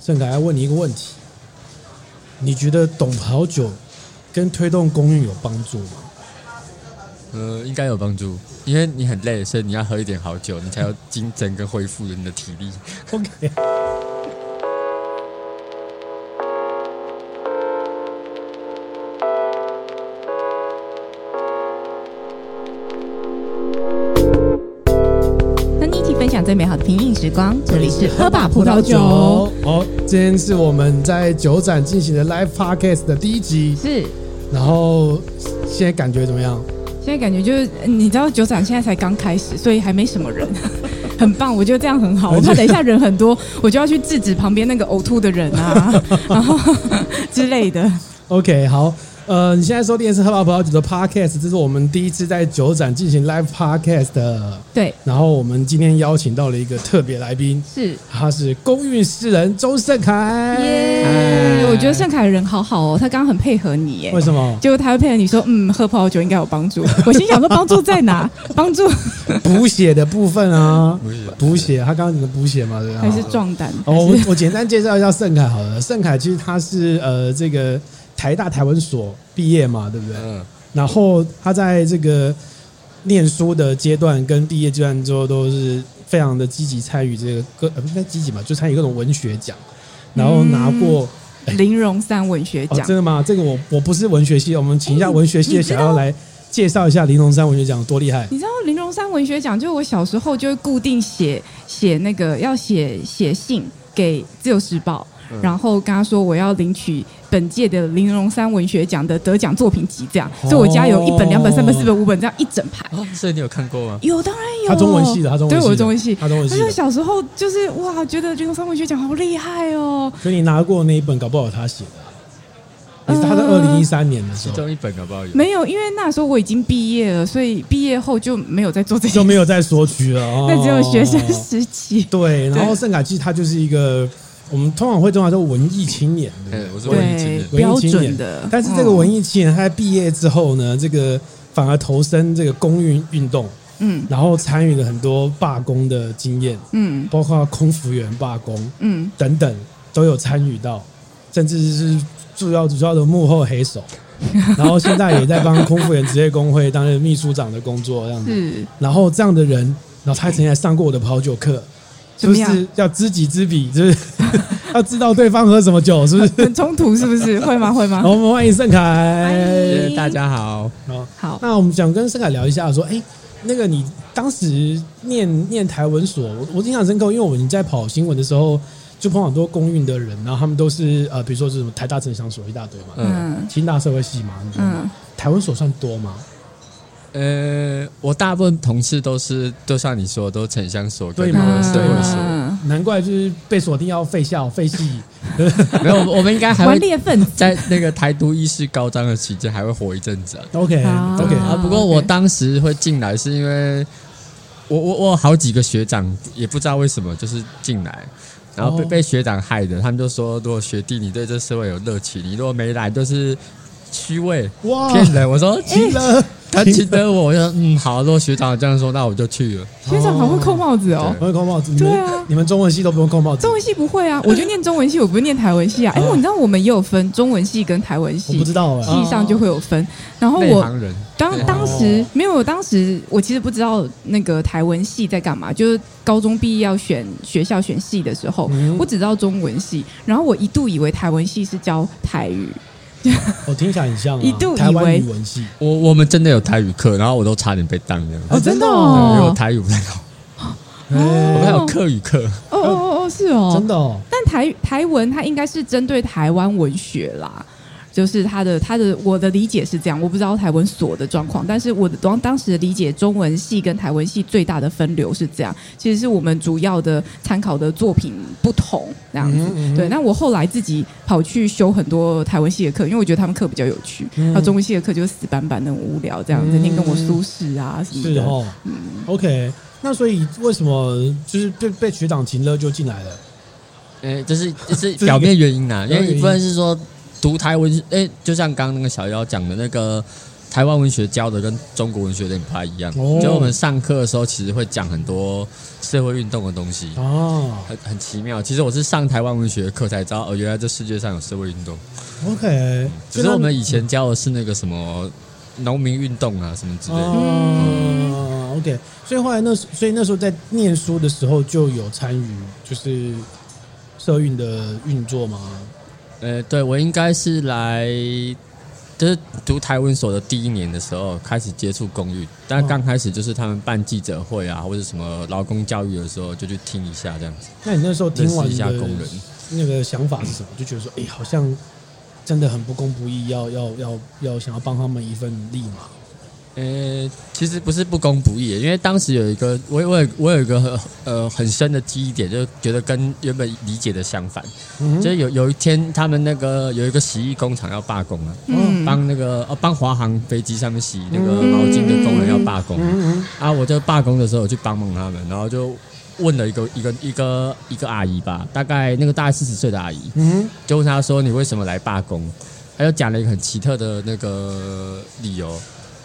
郑凯要问你一个问题：你觉得懂好酒跟推动公运有帮助吗？呃，应该有帮助，因为你很累，所以你要喝一点好酒，你才有精神跟恢复你的体力。 OK。和你一起分享最美好的平饮时光，这里是喝吧葡萄酒。哦，今天是我们在酒展进行的 live podcast 的第一集，是，然后现在感觉怎么样？现在感觉就是，嗯你知道酒展现在才刚开始，所以还没什 么人，很棒，我觉得这样很好。我怕等一下人很多，我就要去制止旁边那个呕吐的人 啊，然后之类的。 OK，好，呃，你现在收听的是喝吧葡萄酒的 Podcast，这是我们第一次在酒展进行 Live Podcast 的。对，然后我们今天邀请到了一个特别来宾，是。他是公运诗人周盛凯。耶、哎我觉得盛凯人好好哦，他刚刚很配合你耶为。什么？结果他会配合你说，嗯，喝葡萄酒应该有帮助。我心想说，帮助在哪？帮 助补血的部分啊，补血补血，他刚刚讲的补血嘛，对吧？还是壮胆？哦，还我是我简单介绍一下盛凯好了。盛凯其实他是呃这个台大台文所毕业嘛，对不对？嗯，然后他在这个念书的阶段跟毕业阶段之后，都是非常的积极参与这个各呃不应该积极嘛，就参与各种文学奖，然后拿嗯过、林荣三文学哦奖、真的吗？这个我我不是文学系的，我们请一下文学系的你知小道妖来介绍一下玲珑山文学奖有多厉害。你知道林荣山文学奖，就是我小时候就会固定写写那个要写写信给《自由时报》嗯然后跟他说我要领取本届的林荣山文学奖的得奖作品集，这样，哦所以我家有一本、两本、三本、四本、五本这样一整排。哦，所以你有看过吗？有，当然有。他中文系的，他中文系的，对我中文系他中文他系就的。小时候就是哇，觉得林荣山文学奖好厉害哦。所以你拿过那一本，搞不好有他写的、啊，你是他在二呃零一三年的时其候中一本搞不好有。没有，因为那时候我已经毕业了，所以毕业后就没有再做这些，就没有再说去了，哦、 那只有学生时期。对，然后对圣卡基他就是一个我们通常会叫他做文艺青年，对不对嗯，我是文艺青对年，。标文艺青准年的。但是这个嗯文艺青年他在毕业之后呢，这个反而投身这个公运运动，嗯然后参与了很多罢工的经验，嗯包括空服员罢工嗯，等等都有参与到，甚至是主要主要的幕后黑 手。然后现在也在帮空服员职业工会担任秘书长的工作，这样子。是然后这样的人，然后他曾经还上过我的跑酒课，是怎不么样是要知己知彼？是不是 要知道对方喝什么酒？是不 是？很冲突，是不是？会吗？会吗好，？我们欢迎盛凯。欢迎哎耶大家好，好，好，那我们想跟盛凯聊一下，说，哎，那个你当时念念台文所，我我印象深刻，因为我们在跑新闻的时候，就碰到很多公运的人，然后他们都是呃，比如说是什么台大城乡所一大堆嘛，嗯，嗯清大社会系嘛，你知道吗嗯，台文所算多吗？嗯呃，我大部分同事都是，就像你说，都城乡所对跟嘛社对会嘛所。嗯，难怪就是被锁定要废校废系，没有，我们应该还玩会裂分子在那个台独意识高涨的期间，还会活一阵子啊。 OK 啊 OK，啊，啊不过我 OK 当时会进来是因为我我我有好几个学长也不知道为什么就是进来，然后被、哦被学长害的，他们就说如果学弟你对这社会有热情，你如果没来就是虚伪哦哇，骗人。我说哎拼了，他记得我，我说嗯好，如果学长这样说，那我就去了。学长好会扣帽子哦。不会扣帽子，你对们、啊你们中文系都不用扣帽子中，文系不会啊，我就念中文系，我不是念台文系啊。哎，我你知道我们也有分中文系跟台文我系不知，道哎、系上就会有分。然后内我行人，当对当时没有，当时我其实不知道那个台文系在干嘛，就是高中毕业要选学校选系的时候，嗯我只知道中文系，然后我一度以为台文系是教台语，我听起来很像、啊、一度以为台湾语文系我我们真的有台语课，然后我都差点被当这样。哦真的对哦因为我台语不太好，我们还有客语课，哦哦哦哦，是哦，哎真的哦，但台台文它应该是针对台湾文学啦，就是它的它的我的理解是这样，我不知道台文所的状况，但是我的当当时的理解，中文系跟台文系最大的分流是这样，其实是我们主要的参考的作品不同这样子。嗯嗯对，那我后来自己跑去修很多台文系的课，因为我觉得他们课比较有趣，然后中文系的课就是死板板的、很无聊这样，整天跟我苏轼啊什么是的。哦、o 嗯 k 那所以为什么就是被被学长请了就进来了？呃，就是就是表面原因呐、这是因一个为一部分是说读台文，哎、就像刚刚那个小妖讲的那个台湾文学教的跟中国文学有点不太一样。哦就我们上课的时候，其实会讲很多社会运动的东西，哦很很奇妙。其实我是上台湾文学课才知道，哦，原来这世界上有社会运动。 ，OK，嗯只是我们以前教的是那个什么农民运动啊，什么之类的。哦，OK，所以后来那时所以那时候在念书的时候就有参与就是社运的运作吗？呃，对我应该是来，就是读台文所的第一年的时候开始接触公寓，但刚开始就是他们办记者会啊，或者什么劳工教育的时候就去听一下这样子，那你那时候认听识完一下的工人。那个想法是什么？就觉得说，哎、好像真的很不公不义，要要要要想要帮他们一份力嘛。呃，其实不是不公不义，因为当时有一个我我有我有一个很呃很深的记忆点，就觉得跟原本理解的相反，嗯就是有有一天他们那个有一个洗衣工厂要罢工啊，嗯帮那个哦帮华航飞机上面洗那个毛巾的工人要罢工，啊，我就罢工的时候我去帮忙他们，然后就问了一个一个一个一个阿姨吧，大概那个大概四十岁的阿姨，嗯就问她说你为什么来罢工？她就讲了一个很奇特的那个理由，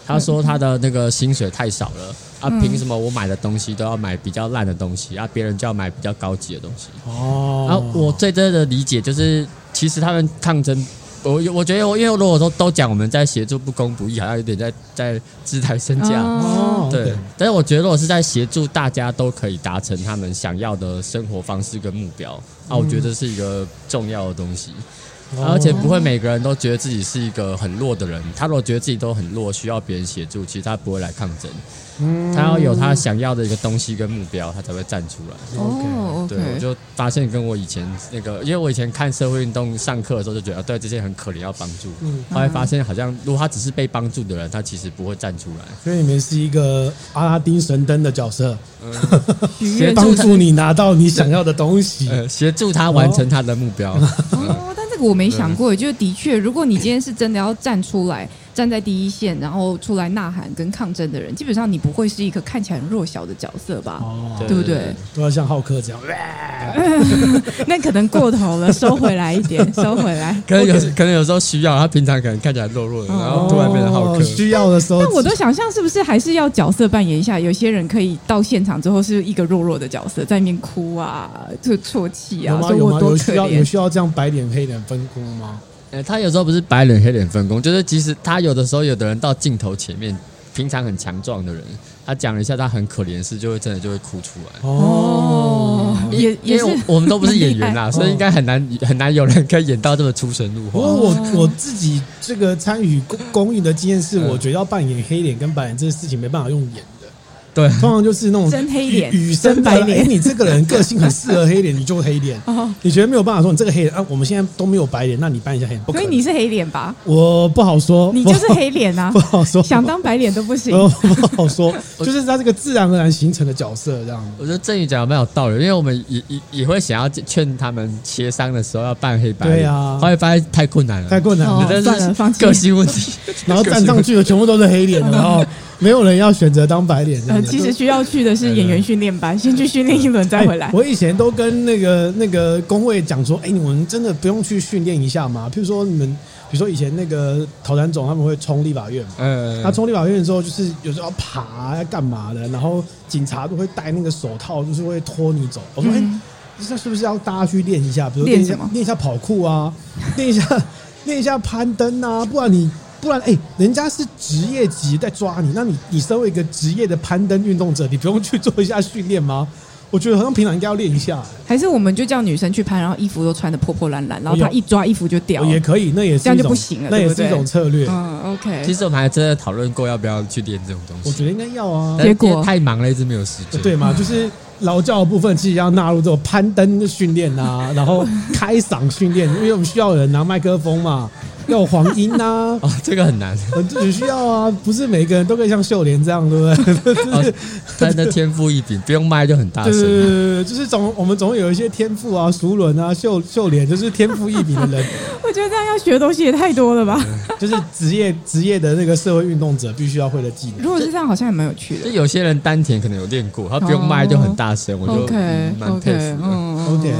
她说她的那个薪水太少了，啊，嗯凭什么我买的东西都要买比较烂的东西，啊，别人就要买比较高级的东西？哦，然后啊我对这的理解就是，其实他们抗争，我我觉得我因为如果说都讲我们在协助不公不义，好像有点在在自抬身啊价。哦，对 OK，但是我觉得我是在协助大家都可以达成他们想要的生活方式跟目标啊，我觉嗯得是一个重要的东西，哦而且不会每个人都觉得自己是一个很弱的人。他如果觉得自己都很弱，需要别人协助，其实他不会来抗争，嗯他要有他想要的一个东西跟目标，他才会站出来。哦对，我，OK，就发现跟我以前那个，因为我以前看社会运动上课的时候就觉得，啊对这些很可怜要帮助。嗯后来发现好像如果他只是被帮助的人，他其实不会站出来。所以你们是一个阿拉丁神灯的角色，许愿帮助助你拿到你想要的东西。呃，协助他完成他的目标。嗯 哦，但这个我没想过，就的确，如果你今天是真的要站出来，站在第一线，然后出来呐喊跟抗争的人，基本上你不会是一个看起来很弱小的角色吧？哦，对不对？都要像浩克这样，那可能过头了，收回来一 点，收回来。可能有可能有时候需要，他平常可能看起来弱弱的，然后突然变成浩哦克。需要的时候，但我都想象，是不是还是要角色扮演一下？有些人可以到现场之后是一个弱弱的角色，在那边哭啊，就啜泣有啊，吗？说有吗？我多有可需要有怜。需要这样白脸黑脸分工吗？呃，他有时候不是白脸黑脸分工，就是即使他有的时候，有的人到镜头前面，平常很强壮的人，他讲了一下他很可怜的事，就会真的就会哭出来。哦，也也因是为我我们都不是演员蛮哦啦，所以应该很难很难有人可以演到这么出神入不化。过我我自己这个参与公公益的经验嗯是，我觉得要扮演黑脸跟白脸这个事情没办法用演的，对，通常就是那种真黑脸与与生真白脸哎你这个人个性很适合黑脸，你就黑脸 哦。你觉得没有办法说你这个黑脸啊，我们现在都没有白脸，那你扮一下黑脸，不可所以能。你是黑脸 吧？我不好说，你就是黑脸啊不，好说，想当白脸都不行。我 不好说，就是他这个自然而然形成的角色这样。我觉得郑宇讲的蛮有道理，因为我们也也也会想要劝他们协商的时候要扮黑白脸，对啊后来发现太困难了，太困难了，哦真的算是了放弃个性问题。 然后站上去的全部都是黑脸 的，然后没有人要选择当白脸这样呃，子。 其实需要去的是演员训练班，先去训练一轮再回来哎。我以前都跟那个那个工会讲说，哎、你们真的不用去训练一下吗？譬如说你们，比如说以前那个陶然总他们会冲立法院嘛， 嗯，他冲立法院的时候，就是有时候要爬啊要干嘛的，然后警察都会戴那个手套，就是会拖你走。我说，哎、这是不是要大家去练一下？比如说嗯练练一下什么练一下跑酷啊， 练一下练一下攀登啊，不然你。不然，哎、人家是职业级在抓你，那你你身为一个职业的攀登运动者，你不用去做一下训练吗？我觉得好像平常应该要练一下、还是我们就叫女生去拍，然后衣服都穿的破破烂烂，然后她一抓衣服就掉哦。也可以，那也是这样一就种不行了那也对不是一对种策略。嗯其，OK。实我们还真的讨论过要不要去练这种东我西，觉得应该要啊但，是结果因为太忙了，一直没有时间。对嘛，就是劳教的部分其实要纳入这种攀登训练啊，然后开嗓训练，因为我们需要有人拿麦克风嘛，要有黄音呐、啊。 哦，这个很难，呃只需要啊，不是每个人都可以像秀莲这样，对不对？就是但那天赋异禀，不用麦就很大对对对声。对，就是总我们总会有一些天赋啊，熟伦啊，秀秀莲就是天赋异禀的人，我觉得这样要学的东西也太多了吧？就是职业职业的那个社会运动者必须要会的技能。如果是这样，好像也蛮有趣就的。有些人丹田可能有练过，他不用麦就很大声，哦我就 OK 嗯蛮 OK，佩服的。嗯 OK，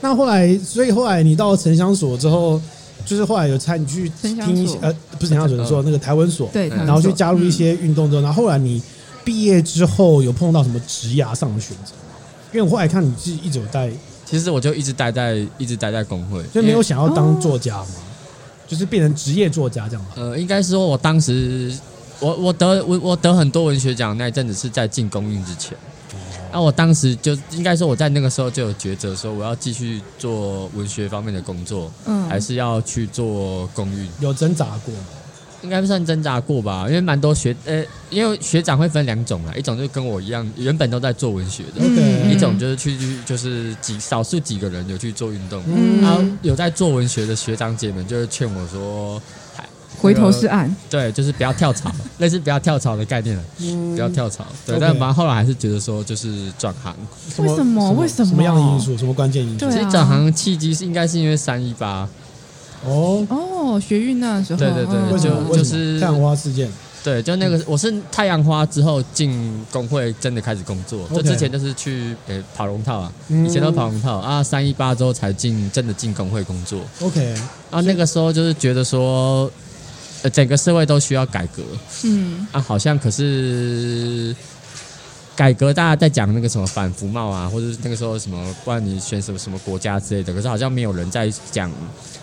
那后来，所以后来你到城乡所之后，就是后来有参你去城乡听一些所呃，不是陈小准说那个台湾所，对，嗯台湾然后去所加入一些运动之后，然后后来你毕业之后有碰到什么职涯上的选择吗？因为我后来看你是一直有在，其实我就一直待在一直待在工会，所以没因有为想要当作家吗？就是变成职业作家这样吧。呃，应该是说我当时我我得我我得很多文学奖那一阵子是在进公运之前，哦那、我当时就应该说我在那个时候就有抉择，说我要继续做文学方面的工作，嗯还是要去做公运，有挣扎过吗？应该不算挣扎过吧，因为蛮多学呃，因为学长会分两种啦，啊一种就跟我一样原本都在做文学的， OK 一种就是去去就是几少数几个人有去做运动，嗯然后有在做文学的学长姐们就会劝我说，还回头是岸，对，就是不要跳槽， 类似不要跳槽的概念了，啊不要跳槽。对， OK 但反正后来还是觉得说就是转行，么为什么为什什么么样的因素？什么关键因素对？其啊实转行的契机是应该是因为三一八，哦，哦，学运那时候，对对对嗯为什么？就为就什么是太阳花事件。对，就那个我是太阳花之后进工会真的开始工作，就 OK 之前就是去呃跑龙套啊，嗯以前都跑龙套啊，三一八之后才进真的进工会工作， OK，啊，那个时候就是觉得说，呃，整个社会都需要改革，嗯啊，好像可是改革，大家在讲那个什么反服贸啊，或者是那个时候什么，不然你选什么什么国家之类的，可是好像没有人在讲，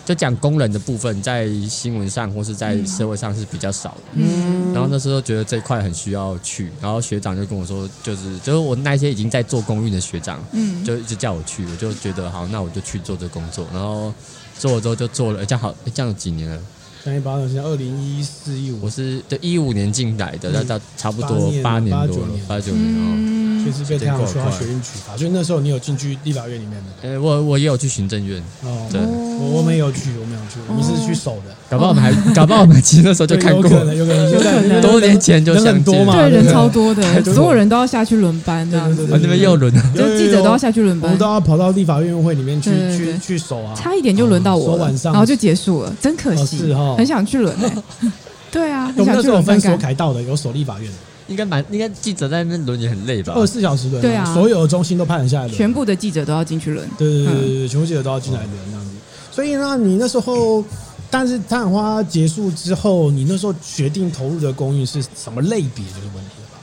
就讲工人的部分，在新闻上或是在社会上是比较少的。嗯然后那时候觉得这一块很需要去，然后学长就跟我说，就是就是我那些已经在做公运的学长，嗯，就一直叫我去，我就觉得好，那我就去做这工作，然后做了之后就做了，这样好，诶这样有几年了。三一八到现在二零一四一五我，是对一五年进来的，那到差不多嗯八八年年了多了，八九年哦。确嗯实被太阳时间花过得快学运举发，所以那时候你有进去立法院里面吗？呃，我我也有去行政院，哦，对我我没有去，我没有去，我哦们是去守的。搞不好我们还， 搞不好我们其实那时候就看过哦有，可能，有可能，有可能多年前就人相很多见嘛，对，人不超多 的太，多了所有人都要下去轮班这样对子对啊，，那边又轮了，有有就记者都要下去轮我班们都，要跑到立法院会里面去对对去对去守啊。差一点就轮到说我了晚，上然后就结束了，真可哦是惜哦，很想去轮 哎，对啊，我们很想那去时候有轮分班所干，凯道的，有守立法院的，应该蛮，应该记者在那边轮也很累吧？二十四小时轮啊，对啊所有的中心都派人下来轮啊，全部的记者都要进去轮，嗯对对对对对，全部记者都要进来轮这样子。所以呢，你那时候，但是太阳花结束之后，你那时候决定投入的公寓是什么类别就是问题了吧？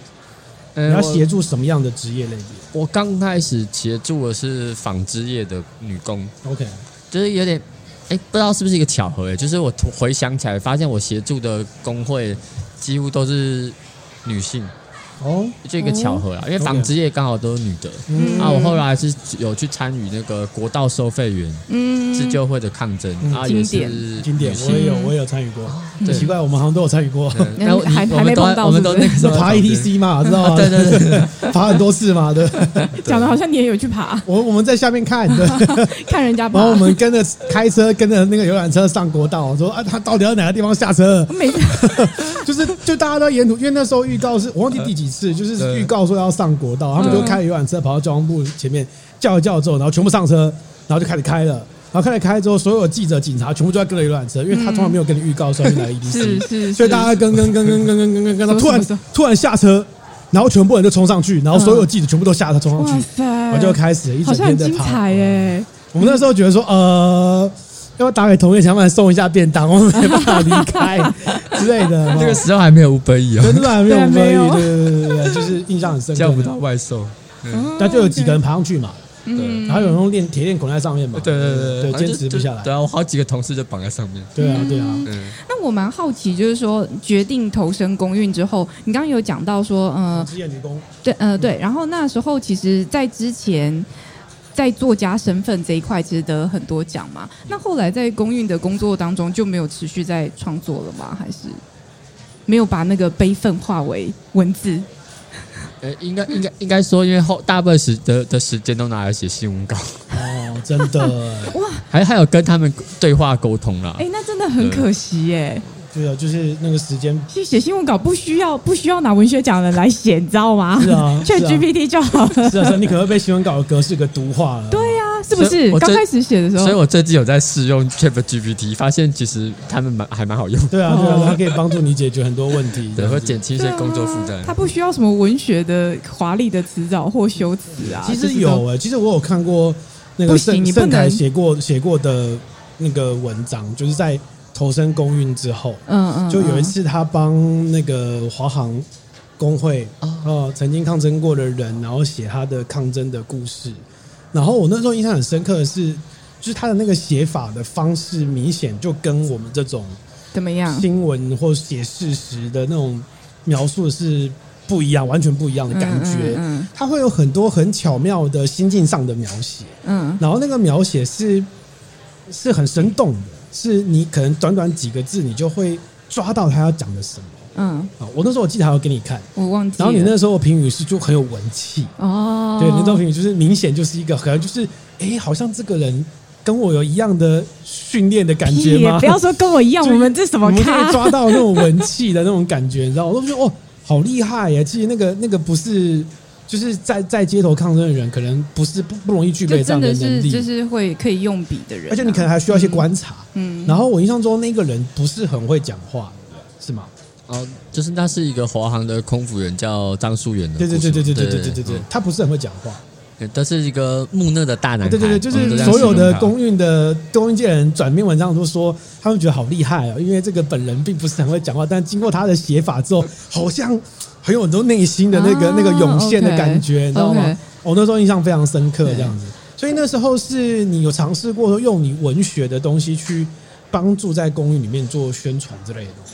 呃你要我协助什么样的职业类别我刚开始协助的是纺织业的女工， ？OK，就是有点，哎，不知道是不是一个巧合，哎，就是我突回想起来，发现我协助的工会几乎都是女性，哦，就一个巧合啊，因为 OK 纺织业刚好都是女的。嗯嗯啊，我后来是有去参与那个国道收费员嗯，自救会的抗争，嗯啊，也是经典女，性我也有我也有参与过，很哦对奇怪，我们好像都有参与过。对那然后你还我还们没都碰到我们都是不那个是 是 时候爬 ETC 嘛，知道吗？ 啊对对对， 爬很多次嘛，对。讲的好像你也有去爬， 我我们在下面看，对，看人家爬，然后我们跟着开车，跟着那个游览车上国道，说啊，他到底要哪个地方下车？每次就是就大家都沿途，因为那时候预告是我忘记第几次，就是对预告说要上国道，他们就开游览车跑到交通部前面叫一叫之后，然后全部上车，然后就开始开了，然后开始开之后，所有记者、警察全部都在跟着游览车，因为他从来没有跟你预告说要去哪个是 EDC，是，所以大家跟跟跟跟跟跟跟跟跟，然后突然什么什么突然下车，然后全部人就冲上去，然后所有记者全部都下车冲上哇去，塞，然后就开始了一嗯好整像天很的精爬。彩哎，我们那时候觉得说，呃。要不要打给同业想办送一下便当？ 我们没办法离开之类的。那个时候还没有五本椅哦， 真的还没有对啊没没有有，对对对对 对，就是印象很深刻。叫不到，外送，哦那嗯就有几个人爬上去嘛，嗯，然后有人用链铁链捆在上面嘛，对对对对，反正坚就持不下来对。啊，我好几个同事就绑在上面，对啊对啊， 嗯，那我蛮好奇，就是说决定投身公运之后，你刚刚有讲到说，呃，职业女工，对，呃，对，然后那时候其实，在之前。在作家身份这一块，其实得很多奖嘛。那后来在公运的工作当中，就没有持续在创作了吗？还是没有把那个悲愤化为文字？呃，应该应该应该说，因为后大部分时的的时间都拿来写新闻稿，哦，真的，还还有跟他们对话沟通啦哎、，那真的很可惜耶。对啊，就是那个时间，其实写新闻稿不需要不需要拿文学奖的来写，你知道吗？是 啊， c 是 h 啊 GPT 就好了。 是啊，是啊你可能会被新闻稿的格式给毒化了。对呀，啊，是不所以是？我刚真开始写的时候，所以我最近有在试用 Chat GPT，发现其实他们蛮还蛮好用，对啊，哦对啊，它可以帮助你解决很多问题。对，会减轻一对些啊工作负担他。不需要什么文学的华丽的辞藻或修辞啊。其就实是都有哎，其实我有看过那个不行盛你不盛能凯写过写过的那个文章，就是在投身公运之后，嗯嗯，就有一嗯次他帮那个华航工会哦呃曾经抗争过的人，然后写他的抗争的故事。然后我那时候印象很深刻的是，就是他的那个写法的方式，明显就跟我们这种怎么样？新闻或写事实的那种描述是不一样，完全不一样的感觉。嗯他会有很多很巧妙的心境上的描写，嗯然后那个描写是是很生动的，是你可能短短几个字，你就会抓到他要讲的什么。嗯嗯，啊，我那时候我记得还要给你看，我忘记然了。后你那时候的评语是就很有文气，哦，对，那时候评语就是明显就是一个好像就是，哎、好像这个人跟我有一样的训练的感觉屁耶吗？不要说跟我一 样，就我们这什么我们就咖会？抓到那种文气的那种感觉，你知道吗，我都觉得哦，好厉害耶！其实那个那个不是，就是在在街头抗争的人，可能不是不不容易具备就这样真的能是力，就是会可以用笔的人啊，而且你可能还需要一些观察。嗯，然后我印象中那个人不是很会讲话，是吗？哦，就是那是一个华航的空服员叫张淑元的故对事对嘛，对对对对对对对对嗯，他不是很会讲话。对，他是一个木讷的大男孩，对对对，就我们是都这样所有形的容他公运的公运界人转篇文章都说，他们觉得好厉害哦，因为这个本人并不是很会讲话，但经过他的写法 之后，好像很有很多内心的那个、啊那个涌现的感觉， OK，你知道吗 OK？我那时候印象非常深刻，这样子。所以那时候是你有尝试过用你文学的东西去帮助在公寓里面做宣传之类的东西。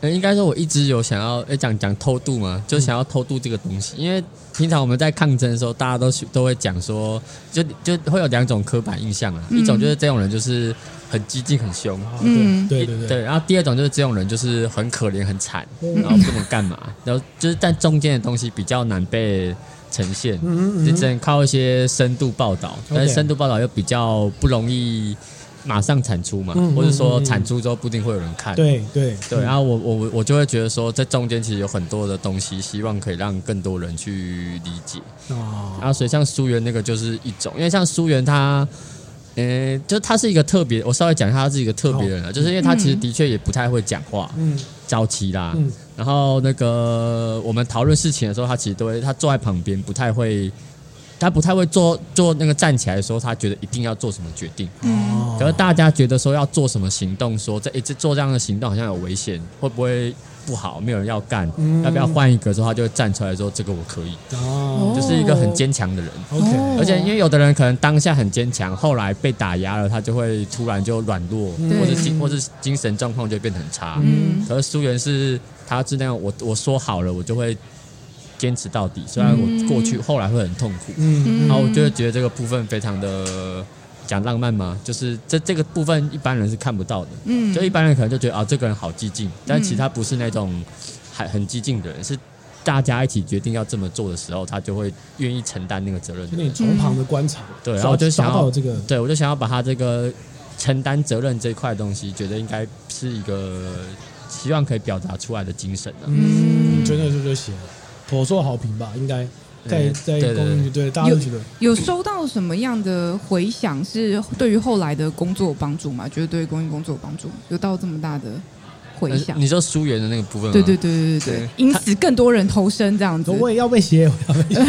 呃，应该说我一直有想要，诶，讲讲偷渡嘛，就想要偷渡这个东西，因为平常我们在抗争的时候，大家都是都会讲说，就就会有两种刻板印象啊，嗯一种就是这种人就是很激进很凶，嗯对对对对，对，然后第二种就是这种人就是很可怜很惨，嗯然后不能干 嘛，然后就是但中间的东西比较难被呈现，嗯嗯你嗯只能靠一些深度报道，但 OK 是深度报道又比较不容易马上产出嘛，嗯嗯或者说嗯嗯产出之后不一定会有人看，对对对，然后我我我我就会觉得说，在中间其实有很多的东西，希望可以让更多人去理解。哦，然后啊所以像苏源那个就是一种，因为像苏源他，呃，就他是一个特别，我稍微讲一下他是一个特别人啊，就是因为他其实的确也不太会讲话，哦嗯早期啦，嗯然后那个我们讨论事情的时候，他其实都会他坐在旁边，不太会，他不太会做做那个站起来的时候，他觉得一定要做什么决定，哦可是大家觉得说要做什么行动，说这一次做这样的行动好像有危险，会不会不好？没有人要干，嗯要不要换一个？之后他就会站出来说这个我可以，哦就是一个很坚强的人。 ，OK，哦而且因为有的人可能当下很坚强，后来被打压了，他就会突然就软弱，对或者精或者精神状况就变得很差。嗯可是苏源是他是那样，我我说好了，我就会坚持到底，虽然我过去后来会很痛苦。嗯然后我就会觉得这个部分非常的讲浪漫嘛，就是这这个部分一般人是看不到的，嗯就一般人可能就觉得啊这个人好激进，但其实他不是那种很很激进的人，是大家一起决定要这么做的时候，他就会愿意承担那个责任就的你人。从旁的观察，对，抓然后我就想抓到要这个对我就想要把他这个承担责任这一块东西，觉得应该是一个希望可以表达出来的精神啊。嗯，你觉得这就写了，颇受好评吧？应该在嗯在对对公寓对大家都觉得有收到什么样的回响？是对于后来的工作有帮助吗？觉得对公益工作有帮助，有到这么大的回响呃？你说苏源的那个部分吗？对对对对对对对，因此更多人投身这样子说，我也要被写， 我要被写，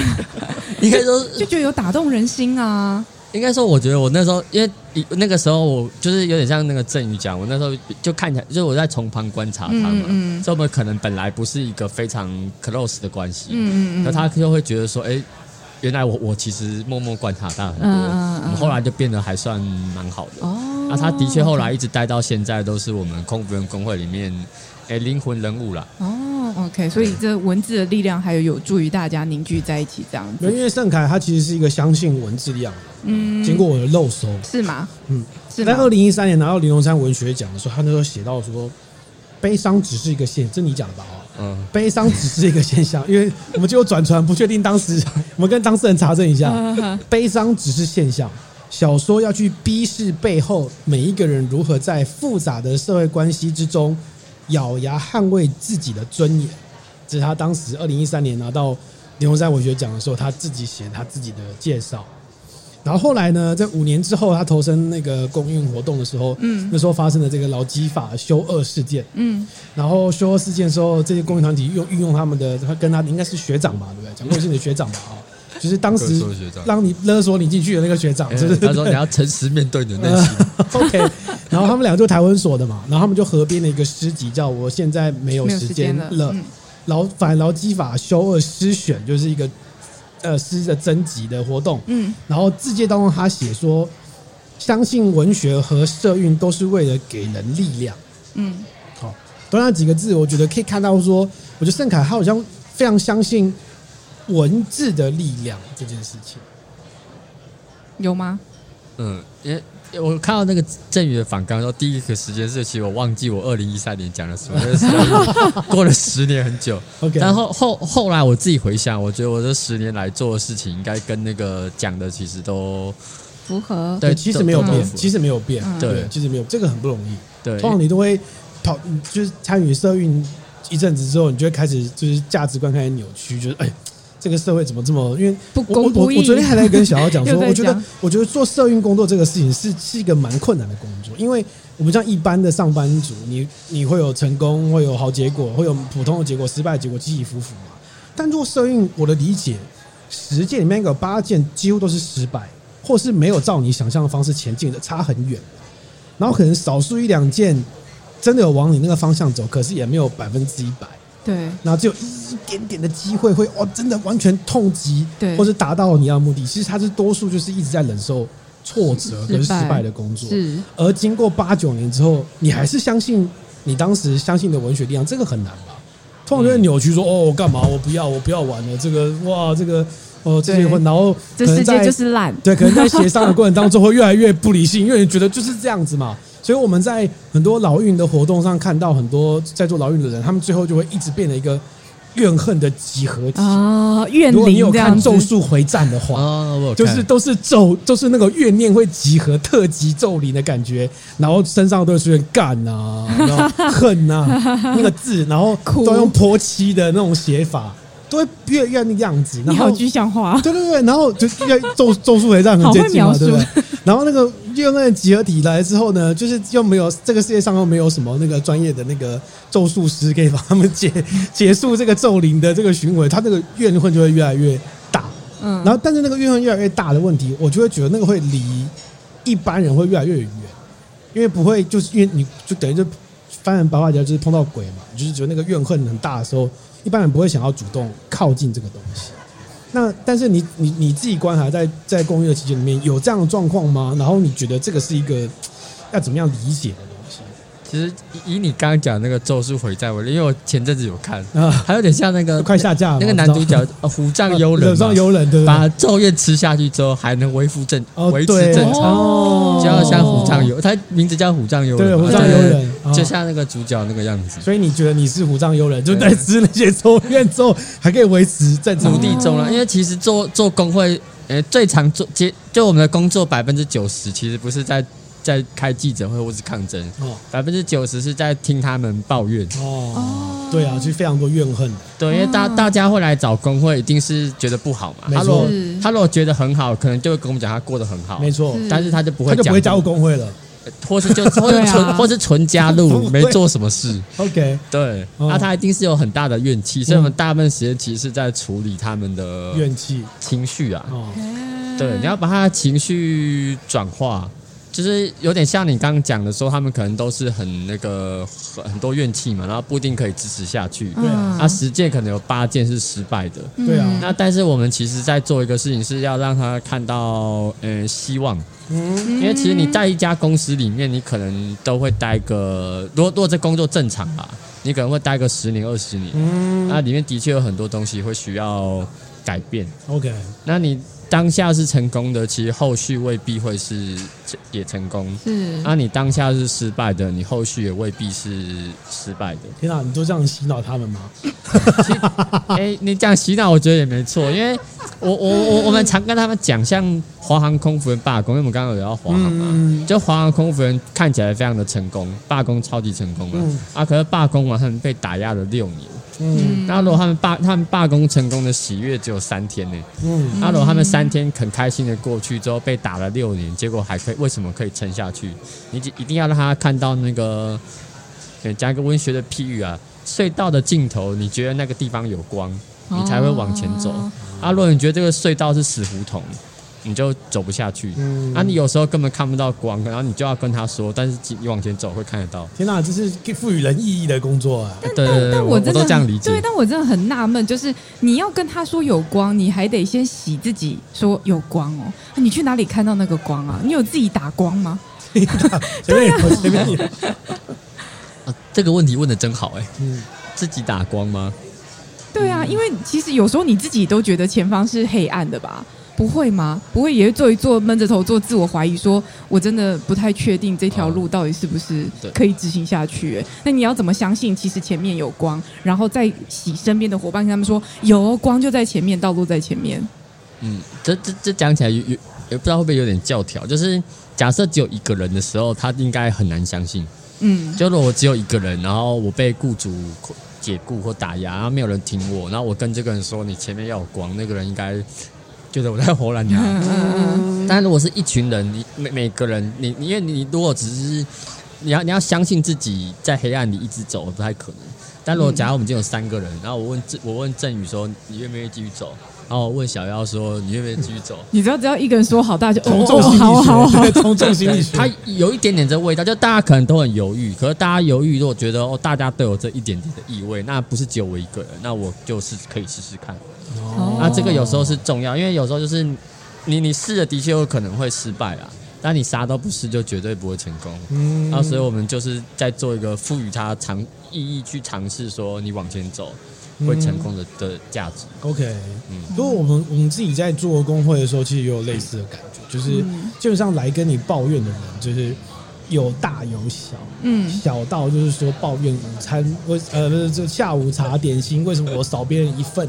应该说就觉得有打动人心啊。应该说，我觉得我那时候，因为一那个时候我就是有点像那个郑宇讲，我那时候就看起来，就是我在从旁观啊察他嘛，嗯嗯所以我们可能本来不是一个非常 close 的关系，嗯嗯那嗯，他就会觉得说，哎、原来我我其实默默观察他很多，嗯嗯嗯我们后来就变得还算蛮好的。哦，啊啊那他的确后来一直待到现在，都是我们空服员工会里面，哎、灵魂人物啦。哦，OK，所以这文字的力量还有有助于大家凝聚在一起这样因子，为盛凯他其实是一个相信文字力量的人，嗯，经过我的漏搜，是吗？嗯，是在吗？二零一三年拿到玲珑山文学奖的时候，他那时候写到说，悲伤只是一个现，这你讲的吧？哦。嗯，悲伤只是一个现象，因为我们就有转传，不确定当时我们跟当事人查证一下，嗯悲伤只是现象。小说要去逼视背后每一个人如何在复杂的社会关系之中咬牙捍卫自己的尊严，这是他当时二零一三年拿到林鸿山文学奖的时候，他自己写他自己的介绍。然后后来呢，在五年之后，他投身那个公运活动的时候，嗯，那时候发生了这个劳基法修恶事件，嗯，然后修恶事件之后，这些公益团体用运用他们的，他跟他应该是学长吧，对不对？蒋过是你的学长吧？哦，就是当各时说学长让你勒索你进去的那个学 长，是不是？哎他说你要诚实面对你的内心， OK，然后他们俩就台湾所的嘛，然后他们就合编了一个诗集，叫我现在没有没有时时间间了。了，嗯劳反劳基法修二诗选就是一个呃诗的征集的活动，嗯，然后字界当中他写说，相信文学和社运都是为了给人力量。 嗯，好、短短几个字，我觉得可以看到说，我觉得盛凯他好像非常相信文字的力量这件事情。有吗？嗯，因为因为我看到那个郑宇的访纲，然后第一个时间是，其实我忘记我二零一三年讲了什么，那时候过了十年很 久。 OK，但后后后来我自己回想，我觉得我这十年来做的事情，应该跟那个讲的其实都符合，对其实没有都变，都其实没有变，嗯对对，其实没有，这个很不容易。对，通常你都会跑，就是参与社运一阵子之后，你就会开始就是价值观开始扭曲，就是哎，这个社会怎么这么？因为不我我公我不义。我昨天还在跟小姚讲说， 又在我觉得讲我觉得做社运工作这个事情是是一个蛮困难的工作，因为我们像一般的上班族，你你会有成功，会有好结果，会有普通的结果、失败的结果，起起伏伏嘛。但做社运，我的理解，十件里面有八件几乎都是失败，或是没有照你想象的方式前进的，差很远。然后可能少数一两件真的有往你那个方向走，可是也没有百分之一百。对然后只有一点点的机会会哦，真的完全痛击，对或者达到你要的目的。其实他是多数就是一直在忍受挫折跟失失败败的工作，是，而经过八九年之后，你还是相信你当时相信的文学力量，这个很难吧？通嗯常就会扭曲说、哦，我干嘛？我不要，我不要玩了。这个哇，这个哦，这些对混，然后这可能世界在就是烂，对，可能在协商的过程当中会越来越不理性，因为你觉得就是这样子嘛。所以我们在很多劳运的活动上看到很多在做劳运的人，他们最后就会一直变成一个怨恨的集合体。啊，怨如果你有灵这看样《子咒，术回战》的话，哦，我有就看是都是咒，都是那个怨念会集合特级咒灵的感觉，然后身上都会出现干啊、然后恨 啊那个字，然后哭都用泼漆的那种写法，都会越越那个样子。然你后好具象化，对对对，然后就要咒咒术回战很接近嘛，好会描述对不对？然后那个怨恨集合体来之后呢，就是又没有这个世界上又没有什么那个专业的那个咒术师可以帮他们 结结束这个咒灵的这个巡回，他那个怨恨就会越来越大。嗯，然后，但是那个怨恨越来越大的问题，我就会觉得那个会离一般人会越来越远，因为不会就是因为你就等于就翻人白话讲就是碰到鬼嘛，就是觉得那个怨恨很大的时候，一般人不会想要主动靠近这个东西。那但是你你你自己观察在在公寓的期间里面有这样的状况吗？然后你觉得这个是一个要怎么样理解的东西？其实以以你刚刚讲那个《咒术回战》，我因为我前阵子有看，啊，还有点像那个快下架了那个男主角呃虎杖悠人嘛，上幽人对不把对？咒怨吃下去之后，还能恢复正哦，维对持正常，哦，就要像虎杖悠，他名字叫虎杖悠人对嘛，虎杖悠人，对哦就像那个主角那个样子，所以你觉得你是虎杖悠人，就对在吃那些抽烟之后，还可以维持正常努力中了。因为其实做做工会，呃，最常做接就我们的工作百分之九十其实不是在在开记者会或是抗争，哦百分之九十是在听他们抱怨。哦，对啊，就非常多怨恨。对，因为大大家会来找工会，一定是觉得不好嘛。哦没他错如果是他如果觉得很好，可能就会跟我们讲他过得很好，没错，是但是他就不会他就不会加讲入工会了。或 是就或对是啊纯、或是纯加不 入，会没做什么事。 OK，对，那、嗯他一定是有很大的怨气，所以嗯我们大部分时间其实是在处理他们的怨气情绪啊。哦，嗯对，你要把他的情绪转化，就是有点像你刚刚讲的说，他们可能都是很那个很很多怨气嘛，然后不一定可以支持下去。对啊嗯那十件可能有八件是失败的，对啊，那但是我们其实在做一个事情，是要让他看到呃希望，嗯因为其实你在一家公司里面，你可能都会待个，如果如果这工作正常吧，你可能会待个十年二十年，嗯那里面的确有很多东西会需要改变。 ，OK，那你当下是成功的，其实后续未必会是也成功。是那你当下是失败的，你后续也未必是失败的。天哪，你就这样洗脑他们吗？ 哎、你讲洗脑，我觉得也没错，因为我我我我们常跟他们讲，像华航空服员罢工，因为我们刚刚有聊到华航嘛，嗯就华航空服员看起来非常的成功，罢工超级成功了、嗯啊，可是罢工完他们被打压了六年，嗯那如果他们罢他们罢工成功的喜悦只有三天呢、嗯，那如果他们三天很开心的过去之后被打了六年，结果还可以为什么可以撑下去？你一定要让他看到那个，呃讲一个文学的譬喻啊，隧道的尽头，你觉得那个地方有光，你才会往前走。哦啊，如果你觉得这个隧道是死胡同，你就走不下去。嗯啊，你有时候根本看不到光，然后你就要跟他说，但是你往前走会看得到。天哪、这是赋予人意义的工作啊！啊对对对，但我真的都很这样理解对，。但我真的很纳闷，就是你要跟他说有光，你还得先洗自己说有光哦。你去哪里看到那个光啊？你有自己打光吗？随便你，随 便你。啊啊这个问题问的真好哎，嗯，自己打光吗？对啊，因为其实有时候你自己都觉得前方是黑暗的吧？不会吗？不会也做一做，闷着头做自我怀疑说，我真的不太确定这啊条路到底是不是对可以执行下去、欸那你要怎么相信？其实前面有光，然后再洗身边的伙伴，跟他们说有哦光就在前面，道路在前面。嗯，这这这讲起来有有也不知道会不会有点教条，就是假设只有一个人的时候，他应该很难相信。嗯，就如果我只有一个人，然后我被雇主解雇或打压，然后没有人听我，然后我跟这个人说你前面要有光，那个人应该觉得我在 胡乱嗯他。嗯但如果是一群人，你每每个人，你你因为你如果只是你要你要相信自己在黑暗里一直走，不太可能。但如果假如我们今天有三个人，然后我问郑我问郑宇说你愿不愿意继续走，然后我问小妖说你愿不愿意继续走，你知道，只要一个人说好，大家就哦从众哦心理好好学，好， 对，从众心理学。它有一点点这味道，就大家可能都很犹豫，可是大家犹豫，如果觉得哦，大家都有这一点点的意味，那不是只有我一个人，那我就是可以试试看。啊哦那这个有时候是重要，因为有时候就是你你试了，的确有可能会失败啦，但你啥都不试，就绝对不会成功。嗯那所以我们就是在做一个赋予它尝意义去尝试，说你往前走会成功的的价值。 OK，嗯不过我们我们自己在做工会的时候，其实也有类似的感觉，就是嗯基本上来跟你抱怨的人，就是有大有小，嗯，小到就是说抱怨午餐为呃不是就下午茶点心为什么我少别人一份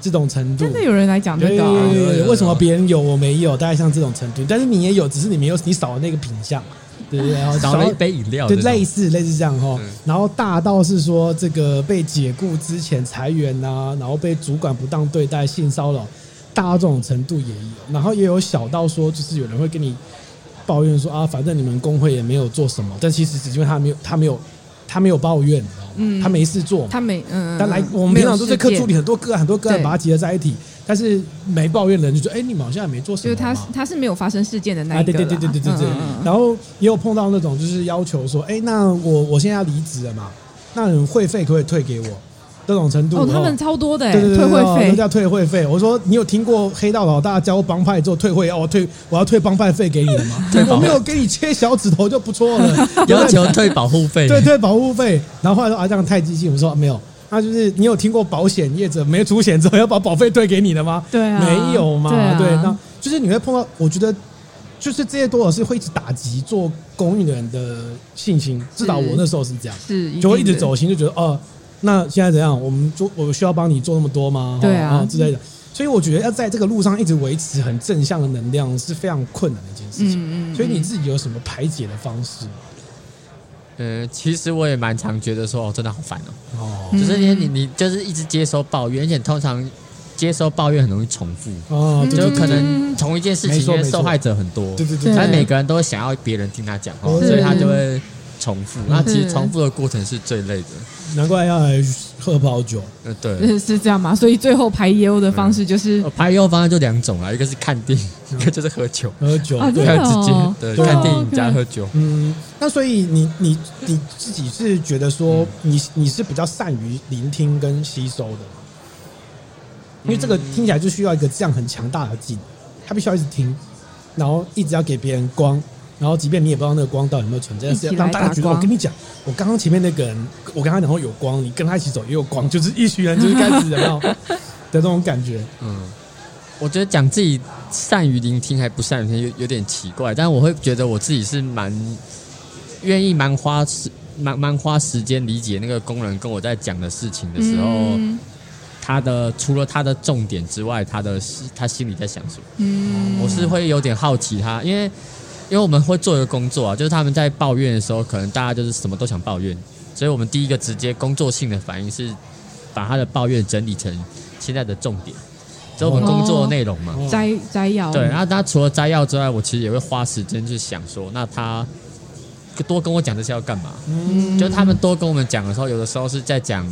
这种程度真。的有人来讲这对个啊、对有对，有为什么别人有我没有？大概像这种程度，但是你也有，只是你没有，你少了那个品相，对不对？然后少了一杯饮料嗯这对，种，类似类似这样哈嗯。然后大到是说这个被解雇之前裁员呐、然后被主管不当对待、性骚扰，大到这种程度也有。然后也有小到说，就是有人会跟你抱怨说啊，反正你们工会也没有做什么，但其实只是因为他没有他没有他没有抱怨，你知道吗？嗯他没事做嘛。他没嗯，但来嗯，我们平常都在客处没理有事件很多个案，很多个案对把它结合在一起，但是没抱怨的人就说：“哎，你们好像也没做什就么是嘛。”他他是没有发生事件的那啊，一个对啦、对对对对对对。嗯嗯嗯然后也有碰到那种就是要求说，哎，那我我现在要离职了嘛，那你会费可不可以退给我？这种程度哦，他们超多的、欸，对对对退对哦会人费。家退会费。我说你有听过黑道老大加入帮派之后退会，哦，我退我要退帮派费给你了 吗？我没有给你切小指头就不错了，要求退保护 费。对对，保护费。然后后来说啊，这样太激进，我说、啊没有。那就是你有听过保险业者没出险之后要把保费退给你的吗？对啊没有嘛？对啊那就是你会碰到，我觉得就是这些多少是会一直打击做公益的人的信心，至少我那时候是这样，是，定就会一直的走心，就觉得哦、那现在怎样？我们做我需要帮你做那么多吗？对啊哦之类的。所以我觉得要在这个路上一直维持很正向的能量是非常困难的一件事情。嗯嗯嗯所以你自己有什么排解的方式吗？嗯，其实我也蛮常觉得说，哦，真的好烦哦。哦就是你你你就是一直接收抱怨，而且通常接收抱怨很容易重复，嗯哦，对就对可能同一件事没情，错因为没错受害者很多，对对对但每个人都会想要别人听他讲话，是所以他就会重复。那其实重复的过程是最累的。难怪要来喝泡酒。嗯，对。 呃是是这样嘛？所以最后排业务的方嗯式就是哦我拍右方案就两种啦，一个是看电影，一个就是喝酒，喝酒，啊比对真较的直接哦。对，对啊看电影加喝酒。嗯，那所以你你你自己是觉得说你你是比较善于聆听跟吸收的，因为这个听起来就需要一个这样很强大的技能，他必须要一直听，然后一直要给别人光，然后即便你也不知道那个光到底有没有存在，但是一起来让大家觉打得哦光我跟你讲，我刚刚前面那个人，我跟他讲说有光，你跟他一起走也有光，就是一群人就是开始人哦的那种感觉，嗯，我觉得讲自己善于聆听还不善于聆听有有点奇怪，但我会觉得我自己是蛮愿意蛮花时蛮蛮花时间理解那个工人跟我在讲的事情的时候，嗯他的除了他的重点之外，他的他心里在想什么。嗯，我是会有点好奇他，因为因为我们会做一个工作啊，就是他们在抱怨的时候，可能大家就是什么都想抱怨，所以我们第一个直接工作性的反应是把他的抱怨整理成现在的重点，这是我们工作的内容嘛。哦摘摘要对，然后他除了摘要之外，我其实也会花时间去想说，那他多跟我讲这些要干嘛？嗯就是他们多跟我们讲的时候，有的时候是在讲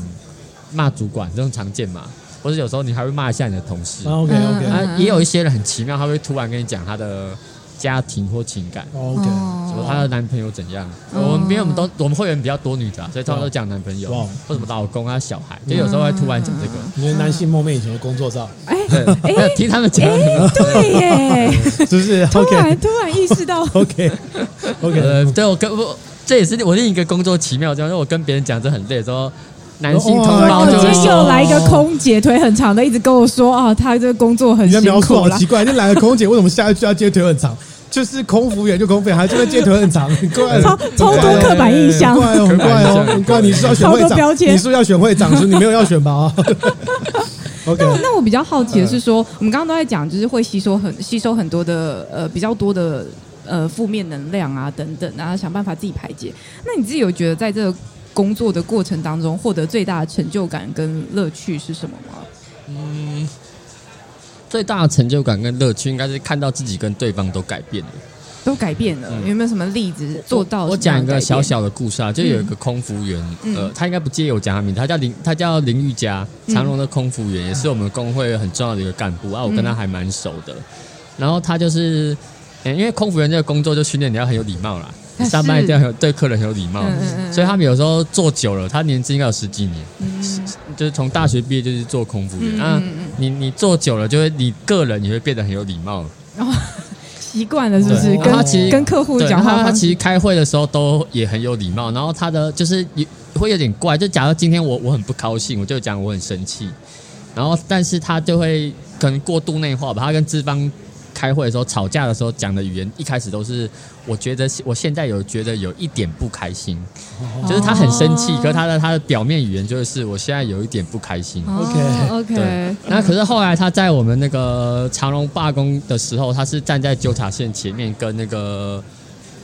骂主管这种常见嘛，或者有时候你还会骂一下你的同事。 OK 嗯 OK 啊，也有一些人很奇妙，他会突然跟你讲他的家庭或情感，哦 OK，哦什么她的男朋友怎样。我们因为我们都我们会员比较多女的啊、所以通常都讲男朋友哇或什么老公啊、小孩，就有时候会突然讲这个。你的男性梦寐以求的工作 照，嗯对，哦没有听他们讲。对 耶，是不 是突？OK 然突然意识到， OK OK，呃，对我跟我这也是我另一个工作奇妙的地方，因为我跟别人讲这很累的时候，男性同然后胞哇就这会个说是今天又来一个空姐，腿很长的，一直跟我说啊，她这个工作很你的辛描述苦好啦奇。怪，就来了空姐，为什么下一句要接腿很长？ 就是空服员就空服员，还真的接腿很长，很怪，超超多刻板印象很怪哦，很怪哦，很怪。你是要选会超多标长，签你是不是要选会长，所以你没有要选吧？ 啊，OK，那我比较好嗯奇的是说，我们刚刚都在讲，就是会吸收很吸收很多的呃比较多的呃负面能量啊等等啊，想办法自己排解。那你自己有觉得在这个工作的过程当中，获得最大的成就感跟乐趣是什么吗？最大的成就感跟乐趣应该是看到自己跟对方都改变了。都改变了，嗯有没有什么例子做我到我什么讲样一的个改变嗯小小的故事啊，就有一个空服员，呃，他应该不介意我讲他名字，他叫林，他叫林玉佳，嗯长荣的空服员，也是我们工会很重要的一个干部啊，我跟嗯他还蛮熟的。然后他就是，呃因为空服员这个工作就训练你要很有礼貌啦，啊上班是一定要很有对客人很有礼貌嗯嗯，嗯所以他们有时候做久了，他年纪应该有十几年，就是从大学毕业就是做空服嗯员啊，你你做久了就会你个人也会变得很有礼貌。习惯了，是不是对？跟他其实跟客户对，讲话他他方式其实开会的时候都也很有礼貌，然后他的就是也会有点怪，就假如今天我我很不高兴，我就讲我很生气，然后但是他就会可能过度内化吧，他跟资方。开会的时候吵架的时候讲的语言，一开始都是我觉得我现在有觉得有一点不开心，就是他很生气，哦可是他的他的表面语言就是我现在有一点不开心。哦 OK，那可是后来他在我们那个长隆罢工的时候，他是站在纠察线前面跟那个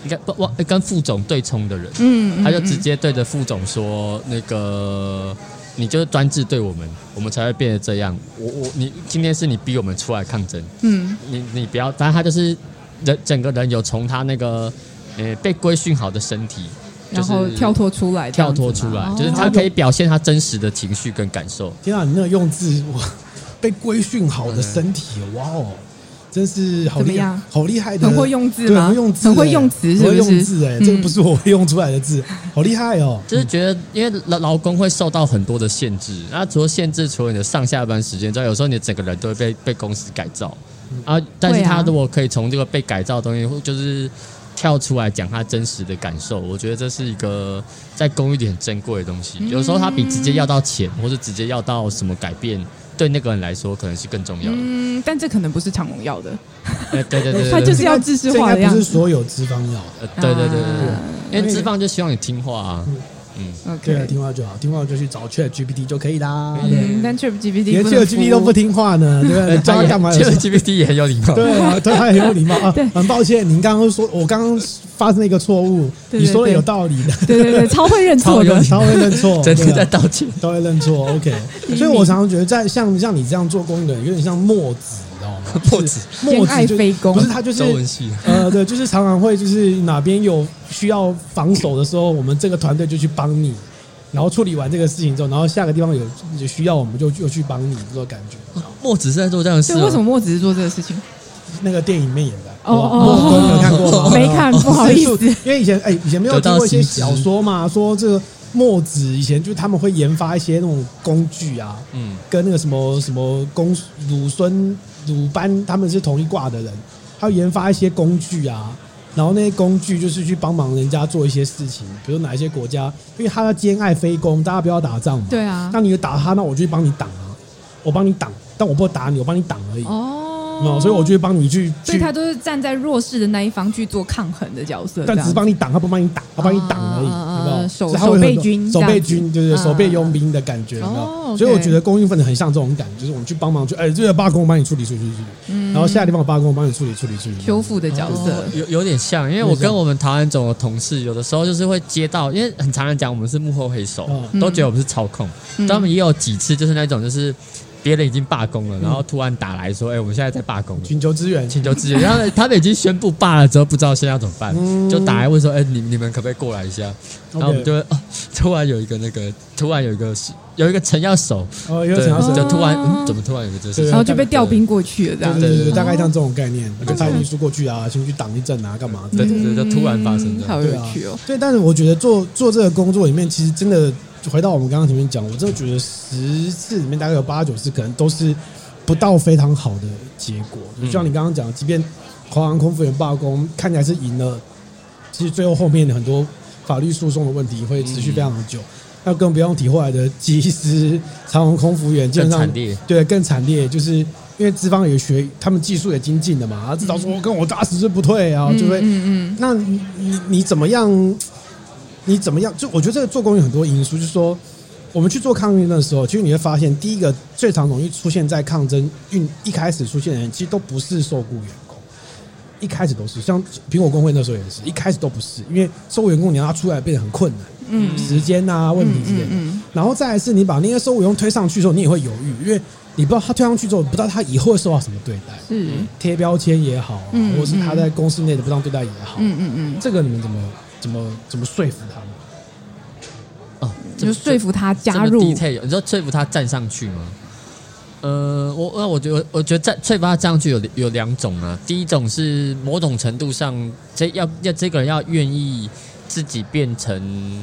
应该不忘跟副总对冲的人，嗯，他就直接对着副总说：“那个你就是专制对我们，我们才会变得这样。我我你今天是你逼我们出来抗争，嗯你你不要，反正他就是人整个人有从他那个呃被规训好的身体，然后就是跳脱出来，哦跳脱出来，就是他可以表现他真实的情绪跟感受。”天啊，你那个用字，我被规训好的身体，哇哦，真是好怎么厉害样，好厉害的，很会用字对很吗会用字欸，很会用词是很不嗯是会用字哎，嗯这个不是我会用出来的字，好厉害哦。就是觉得，因为劳劳工会受到很多的限制，那除了限制，除了你的上下班时间之外，有时候你整个人都会被被公司改造啊。但是会啊他如果可以从这个被改造的东西，就是跳出来讲他真实的感受，我觉得这是一个在公寓里很珍贵的东西。嗯有时候他比直接要到钱，或是直接要到什么改变，对那个人来说可能是更重要的。嗯，但这可能不是长隆要的，呃对对对对，他就是要知识化的这应该不样是子所有脂肪要的，呃对对对对对啊，因为资方就希望你听话啊。对啊， OK，听话就好，听话就去找 Chat GPT 就可以啦。嗯，但 Chat GPT 连不 Chat 能服 GPT 都不听话呢，对不对？哎叫他干嘛有这时个候？ GPT 也很有礼貌。对啊，对他也很有礼貌啊。很抱歉，您刚刚说，我刚刚发生了一个错误，对对你说的有道理的， 对对对，超会认错的，他会认 错，对整天啊在道歉。都会认错，OK。所以 我常常觉得在，像像你这样做公益的人，有点像墨子，你知道吗？ 墨子就是墨兼爱子就非攻不是他就是中文系， 呃，对，就是常常会就是哪边有需要防守的时候，我们这个团队就去帮你，然后处理完这个事情之后，然后下个地方有有需要，我们就就去帮你，这种感觉。墨子是在做这样的事、所以啊。为什么我只是做这个事情？那个电影里面演的。哦哦墨哦公有看过吗？没看不好意思因为以前哎、以前没有得听到过一些新知小说嘛，说这个墨子以前就他们会研发一些那种工具啊，嗯，跟那个什么什么公鲁孙鲁班他们是同一挂的人，他会研发一些工具啊，然后那些工具就是去帮忙人家做一些事情，比如哪一些国家，因为他要兼爱非攻，大家不要打仗嘛，对啊那你有打他，那我就去帮你挡啊，我帮你挡，但我不打你，我帮你挡而已，哦哦，所以我就会帮你去所去以他都是站在弱势的那一方去做抗衡的角色，但只是呃这样帮你挡，他不帮你挡，他帮你挡而已，啊有没有？手所以他会有很多手背军手这背样子军，对对，啊手背佣兵的感觉，有没哦有？ ，OK 所以我觉得公益分子很像这种感觉，就是我们去帮忙去，哎，这个罢工我帮你处理处理处嗯理，然后下个地方我罢工我帮你处理处理处理，修复的角色。哦有有点像，因为我跟我们台湾总的同事，有的时候就是会接到，因为很常人讲我们是幕后黑手，嗯都觉得我们是操控，但他们也有几次就是那种就是别人已经罢工了，然后突然打来说，哎、我们现在在罢工了。寻求支援，请求支援，然后他们已经宣布罢了之后，不知道现在要怎么办，嗯就打来问说：“哎、你你们可不可以过来一下？”然后我们就会、哦、突然有一个那个，突然有一个有一个撑要手，哦，有对，想要手什就么？突然、嗯、怎么突然有一个这事对然啊情？后就被调兵过去了，这样对对对对对，对大概像这种概念，就对派运输过去啊，先去挡一阵啊，干嘛的？对对对，就突然发生嗯好的。对有啊趣哦。对，但是我觉得做做这个工作里面，其实真的回到我们刚刚前面讲，我真的觉得十次里面大概有八九次可能都是不到非常好的结果。就像嗯你刚刚讲的，即便华航空服员罢工看起来是赢了，其实最后后面很多法律诉讼的问题会持嗯续非常久。那更不用提后来的机师、长虹空服员，基本上更惨烈对更惨烈，就是因为资方也学，他们技术也精进的嘛，啊他至少说跟我打死是不退啊，就会嗯嗯嗯那你你你怎么样？你怎么样？就我觉得这个做工有很多因素，就是说我们去做抗议的时候，其实你会发现，第一个最常容易出现在抗争运一开始出现的人，其实都不是受雇员工，一开始都是像苹果工会那时候也是一开始都不是，因为受雇员工你让他出来变得很困难，嗯时间啊问题之类的。嗯然后再来是你把那些受雇员工推上去的时候，你也会犹豫，因为你不知道他推上去之后，不知道他以后会受到什么对待，嗯，是，贴标签也好、啊，嗯或是他在公司内的不当对待也好，嗯嗯嗯，这个你们怎么怎么怎么说服他们？哦，这就说服他加这入么 detail，你说说服他站上去吗？呃，我那我觉得，我觉得站说服他站上去有有两种啊。第一种是某种程度上，这要要这个人要愿意自己变成，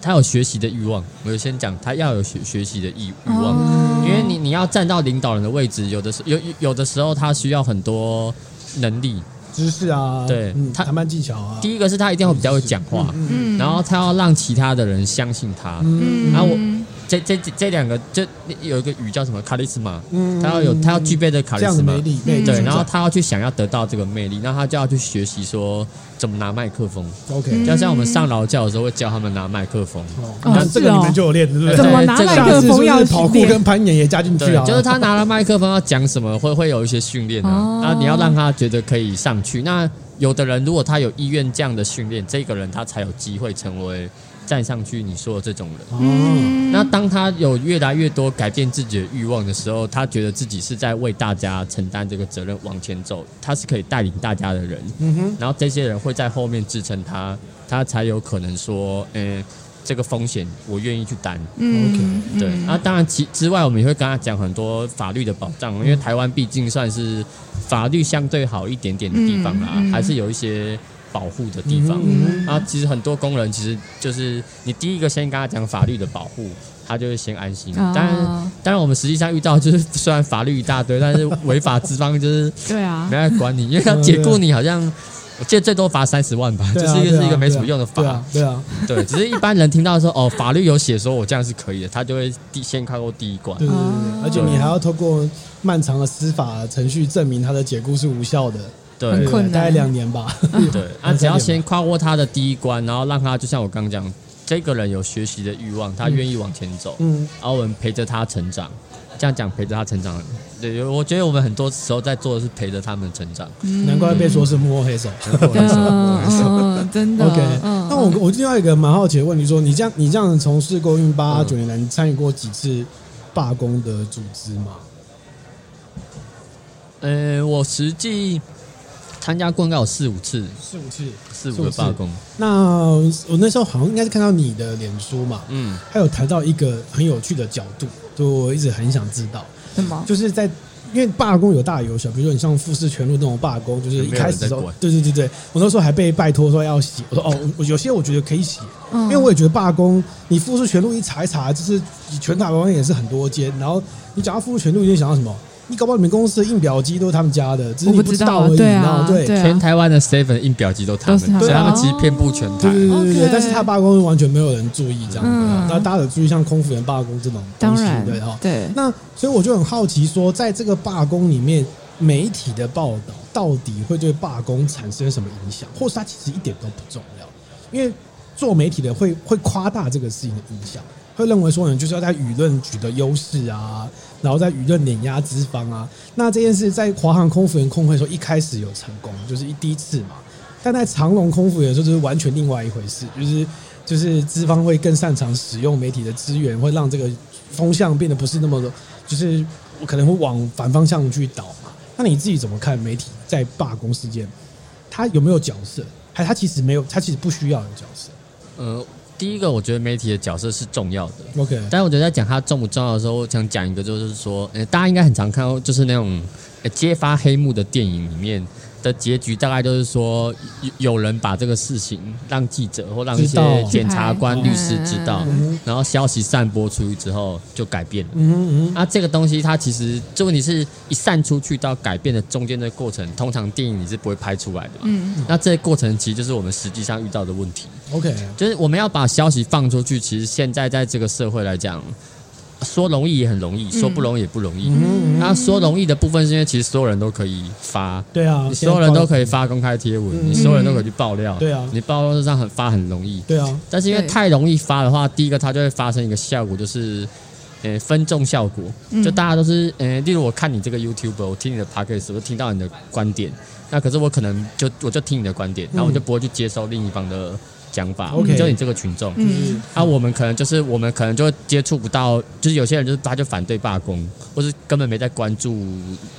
他有学习的欲望。我就先讲，他要有学学习的欲欲望，哦因为你你要站到领导人的位置，有的时有有有的时候他需要很多能力。知识啊，对嗯，他谈判技巧啊，第一个是他一定会比较会讲话，嗯然后他要让其他的人相信他。嗯然后我这这这这两个，这有一个语叫什么卡利斯玛，嗯他要有他要具备这个卡这利样斯的玛魅，嗯力，嗯魅力对，存在然后他要去想要得到这个魅力，那他就要去学习说怎么拿麦克风， OK，就像我们上劳教的时候会教他们拿麦克风，嗯哦，嗯哦那这个是哦你们就有练，对不对？怎么拿这个麦下克次是不风要是跑酷练跟攀岩也加进去对啊？，就是他拿了麦克风要讲什么，会会有一些训练哦啊，那你要让他觉得可以上去。那有的人如果他有意愿这样的训练，这个人他才有机会成为站上去你说的这种人。嗯哦，那当他有越来越多改变自己的欲望的时候，他觉得自己是在为大家承担这个责任往前走，他是可以带领大家的人。嗯哼，然后这些人会在后面支撑他，他才有可能说，嗯、这个风险我愿意去担。嗯对，啊，当然其之外，我们也会跟他讲很多法律的保障，因为台湾毕竟算是法律相对好一点点的地方啦，嗯嗯还是有一些保护的地方。嗯啊，其实很多工人其实就是你第一个先跟他讲法律的保护，他就会先安心。哦啊当然，当然我们实际上遇到就是虽然法律一大堆，但是违法之方就是对啊没，来管你，因为他解雇你好像我记得最多罚三十万吧，对就啊是对一个啊是一个没什么用的对法啊。，对啊，对，只是一般人听到说哦，法律有写说我这样是可以的，他就会第先看过第一关。对对对哦对，而且你还要透过漫长的司法程序证明他的解雇是无效的，很对对困难大概两年吧。对，啊，只要先跨过他的第一关，然后让他就像我刚刚讲，这个人有学习的欲望，他愿意往前走。嗯，然后我们陪着他成长，这样讲陪着他成长，对，我觉得我们很多时候在做的是陪着他们成长。 难怪被说是幕后黑手。 啊真的，嗯，真的 OK，嗯，那我我另外一个蛮好奇的问题说，你这样你这样从事过运八嗯九年来，你参与过几次罢工的组织吗？呃，我实际参加过应该有四五次，四五次。四四五五个次罢工。那我那时候好像应该是看到你的脸书嘛，嗯，还有谈到一个很有趣的角度，就我一直很想知道，什么？就是在因为罢工有大有小，比如说你像富士全路那种罢工，就是一开始的时没有人在候管，对对对对，我那时候还被拜托说要写，我说哦，我我有些我觉得可以写，嗯因为我也觉得罢工，你富士全路一查一查，就是全台湾也是很多间，然后你讲到富士全路，你就想到什么？你搞不好你们公司的印表机都是他们家的，只是你我不知知道道而已，对啊你知道吗对对啊全台湾的 seven 印表机都他们，都是他们所以他们对啊其实遍布全台嗯对。对对对对， OK 但是他罢工完全没有人注意这样子啊，嗯那、大家有注意像空服员罢工这种当东西然对哦哈。对，那所以我就很好奇说，在这个罢工里面，媒体的报道到底会对罢工产生什么影响，或是它其实一点都不重要，因为做媒体的会 会夸大这个事情的影响。会认为说呢，就是要在舆论取得优势啊，然后在舆论碾压资方啊。那这件事在华航空服员工会说一开始有成功，就是一第一次嘛，但在长隆空服员的时候，就是完全另外一回事，就是就是资方会更擅长使用媒体的资源，会让这个风向变得不是那么的，就是可能会往反方向去倒嘛。那你自己怎么看媒体在罢工事件？他有没有角色？还他其实没有，他其实不需要有角色。呃，第一个我觉得媒体的角色是重要的， OK，但我觉得在讲它重不重要的时候，我想讲一个，就是说，呃，大家应该很常看到，就是那种、呃揭发黑幕的电影里面的结局，大概就是说有有人把这个事情让记者或让一知道些检察官、去拍律师知道嗯嗯，然后消息散播出去之后就改变了。嗯嗯啊，这个东西它其实这问题是一散出去到改变的中间的过程，通常电影你是不会拍出来的嘛。嗯，那这个过程其实就是我们实际上遇到的问题。 ，OK，就是我们要把消息放出去，其实现在在这个社会来讲，说容易也很容易，说不容易也不容易。嗯，那说容易的部分是因为其实所有人都可以发，对啊，你所有人都以，可以发公开贴文，嗯你所有人都可以去爆料，对啊你爆料上很发很容易。对啊，但是因为对太容易发的话，第一个它就会发生一个效果，就是。呃，分众效果，就大家都是，呃，例如我看你这个 YouTube，我听你的 Podcast，我听到你的观点，那可是我可能就我就听你的观点，然后我就不会去接受另一方的讲法，嗯 OK 就你这个群众，嗯就是啊，我们可能就是我们可能就接触不到，就是有些人就是他就反对罢工，或是根本没在关注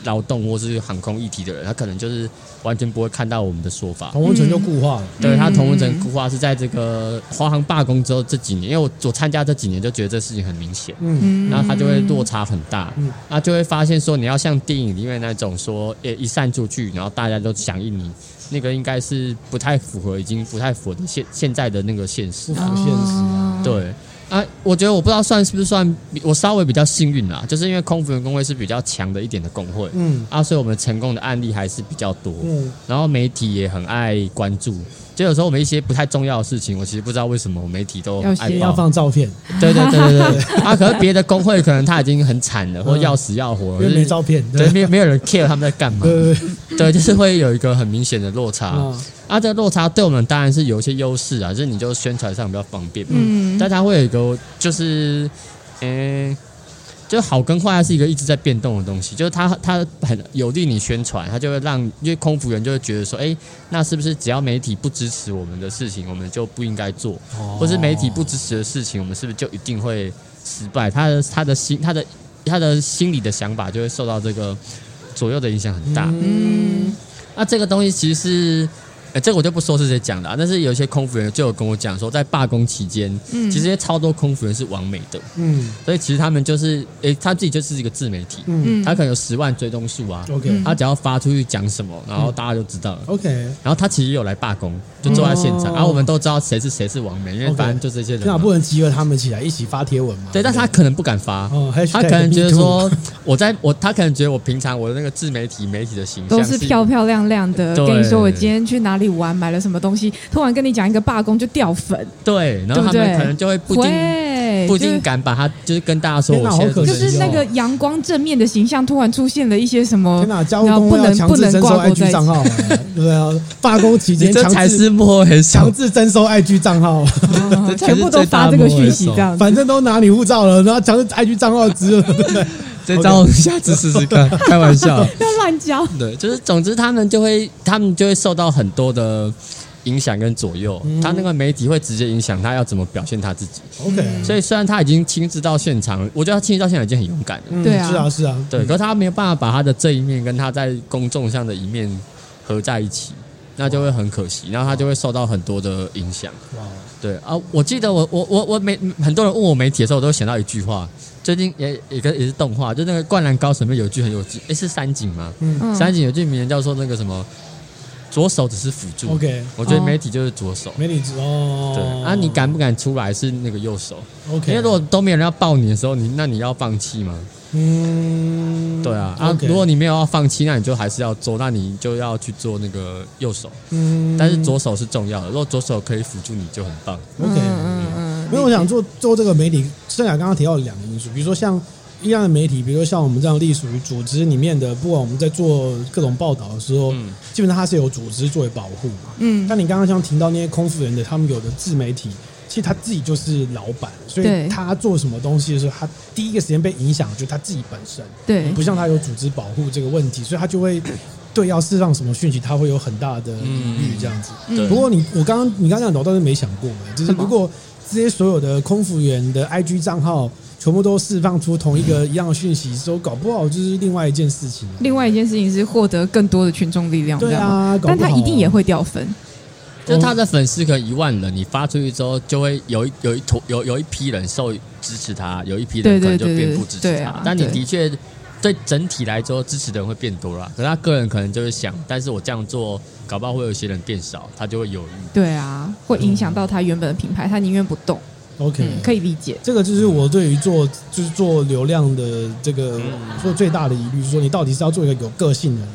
劳动或是航空议题的人，他可能就是完全不会看到我们的说法。同温层就固化了。对他同文层嗯固化是在这个华航罢工之后这几年，因为我我参加这几年就觉得这事情很明显，嗯然后他就会落差很大嗯，那就会发现说你要像电影里面那种说，诶一散出去，然后大家都响应你，那个应该是不太符合，已经不太符合现现在的那个现实不。符现实啊。对啊，我觉得我不知道算是不是算我稍微比较幸运啦，就是因为空服员工会是比较强的一点的工会嗯啊，所以我们成功的案例还是比较多。嗯然后媒体也很爱关注，就有时候我们一些不太重要的事情，我其实不知道为什么媒体都要爱写要报。放照片，对对对对 对啊！可是别的工会可能他已经很惨了，或嗯要死要活，因为就没嗯是照片。对，对没有没有人 care 他们在干嘛。对对，对，就是会有一个很明显的落差。啊，啊，这个落差对我们当然是有一些优势啊，就是你就宣传上比较方便嘛。嗯但它会有一个就是，嗯、就好跟坏它是一个一直在变动的东西，就是它它很有利你宣传，它就会让因为空服员就会觉得说，哎、那是不是只要媒体不支持我们的事情，我们就不应该做，或是媒体不支持的事情，我们是不是就一定会失败？他的他的心他的他的心理的想法就会受到这个左右的影响很大。嗯那这个东西其实是，呃，这个我就不说是谁讲的、啊，但是有一些空服员就有跟我讲说，在罢工期间，嗯其实超多空服员是完美的，嗯所以其实他们就是，诶、他自己就是一个自媒体，嗯嗯他可能有十万追踪数啊， ，OK 他只要发出去讲什么，嗯然后大家就知道了。 OK，然后他其实也有来罢工，就坐在现场，啊哦然后我们都知道谁是谁是王美，因为 OK 反正就这些人那嘛。不能集合他们起来一起发贴文嘛？对，但他可能不敢发，哦，他可能觉得说，我在我他可能觉得我平常我的那个自媒体媒体的形象都是漂漂亮亮的，对跟你说我今天去哪里玩，买了什么东西，突然跟你讲一个罢工就掉粉，对，然后他对不们对可能就会不一定会不一就定是敢把他就是跟大家说天哪我现在好可是惜就哦是那个阳光正面的形象，突然出现了一些什么天，哪，加入工会要强制征收 IG 账号，对啊， 罢工期你间这强才制是幕后黑手 强，制征收 IG 账号，啊这才是全部都发这个讯息，这样子反正都拿你护照了，然后强制 IG 账号只有 对这招我们下次试试 看，开玩笑。不要 乱教。对，就是总之他们就会，他们就会受到很多的影响跟左右。嗯他那个媒体会直接影响他要怎么表现他自己。 OK，所以虽然他已经亲自到现场，我觉得他亲自到现场已经很勇敢了。嗯对啊是啊是啊，对，可是他没有办法把他的这一面跟他在公众上的一面合在一起，那就会很可惜，然后他就会受到很多的影响。哇，哦对啊，我记得我我我我媒很多人问我媒体的时候，我都会想到一句话，最近也也跟也是动画，就那个《灌篮高手》里面有一句很有趣，诶，是三井吗？嗯嗯三井有句名言叫做那个什么，左手只是辅助。 ，OK，我觉得哦媒体就是左手。美女之哦，对啊，你敢不敢出来是那个右手？ OK，因为如果都没有人要抱你的时候，你那你要放弃吗？嗯，对啊，啊 OK 如果你没有要放弃，那你就还是要做，那你就要去做那个右手。嗯但是左手是重要的，如果左手可以辅助你就很棒。 OK，嗯因为我想做做这个媒体，盛雅刚刚提到两个因素，比如说像一样的媒体，比如说像我们这样隶属于组织里面的，不管我们在做各种报道的时候，嗯基本上它是有组织作为保护嘛。嗯但你刚刚像提到那些空服人的，他们有的自媒体，其实他自己就是老板，所对以他做什么东西的时候，他第一个时间被影响就是他自己本身，对不像他有组织保护这个问题，所以他就会对要释放什么讯息，他会有很大的疑虑这样子。对嗯不过你我刚刚你刚刚讲的我倒是没想过嘛，就是如果这些所有的空服员的 IG 账号全部都释放出同一个一样的讯息之后，搞不好就是另外一件事情。另外一件事情是获得更多的群众力量，对这样吗啊，搞不好但他一定也会掉分，就是他的粉丝可能一万人，你发出去之后，就会有一有一坨有有一批人受支持他，有一批人对可能对就对变对不支持对他啊。但你对的确对整体来说支持的人会变多啦，可是他个人可能就会想，但是我这样做，搞不好会有一些人变少，他就会犹豫。对啊，会影嗯响到他原本的品牌，他宁愿不动， OK，、嗯，可以理解，这个就是我对于做就是做流量的这个做最大的疑虑，就是说你到底是要做一个有个性的人，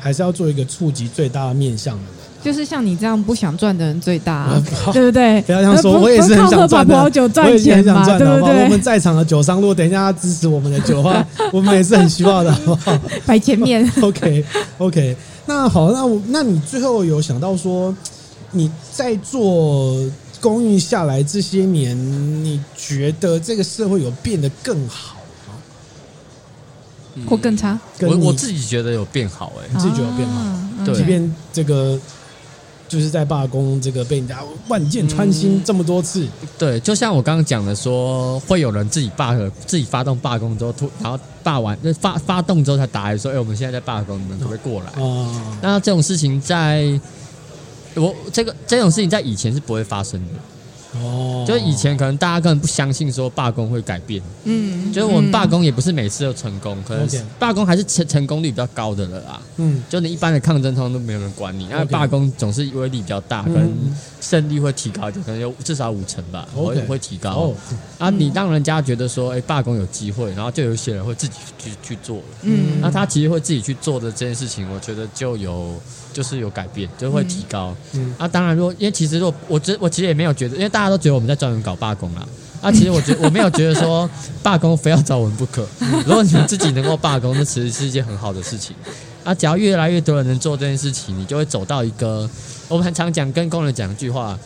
还是要做一个触及最大面向的人？就是像你这样不想赚的人最 大啊啊、好 对不对？不要这样说，呃我也是很想赚不是靠喝泡泡的，酒我赚也是钱很想嘛，赚对的，好不不好？我对们？在场的酒商，如果等一下支持我们的酒的话， 我们也是很需要的，好不好？摆 前面， OK OK，那好，那我那你最后有想到说你在做公益下来这些年，你觉得这个社会有变得更好吗？或更差，跟我你我自己觉得有变好哎、你自己觉得有变好啊对即 OK 便这个就是在罢工，这个被人家万箭穿嗯心这么多次，对，就像我刚刚讲的说，会有人自己罢了，自己发动罢工之后，突然后罢完，那发发动之后才打来说，哎、我们现在在罢工，你们可不可以过来？嗯啊，那这种事情在，我这个这种事情在以前是不会发生的，哦，就是以前可能大家根本不相信说罢工会改变，嗯，就是我们罢工也不是每次都成功，可能 OK 罢工还是成成功率比较高的了啊啦。嗯，就你一般的抗争通常都没有人管你，因为 OK 罢工总是威力比较大，可能嗯胜率会提高一点，可能有至少五成吧，会 OK 会提高。哦，啊，你让人家觉得说，哎、罢工有机会，然后就有一些人会自己去去做了。嗯那他其实会自己去做的这件事情，我觉得就有就是有改变，就会提高。嗯啊，当然如果因为其实如果我觉我其实也没有觉得，因为大家都觉得我们在专门搞罢工啦。啊，其实我觉 我没有觉得说罢工非要找我们不可。如果你们自己能够罢工，那其实是一件很好的事情。啊，只要越来越多人能做这件事情，你就会走到一个我们很常讲跟工人讲一句话，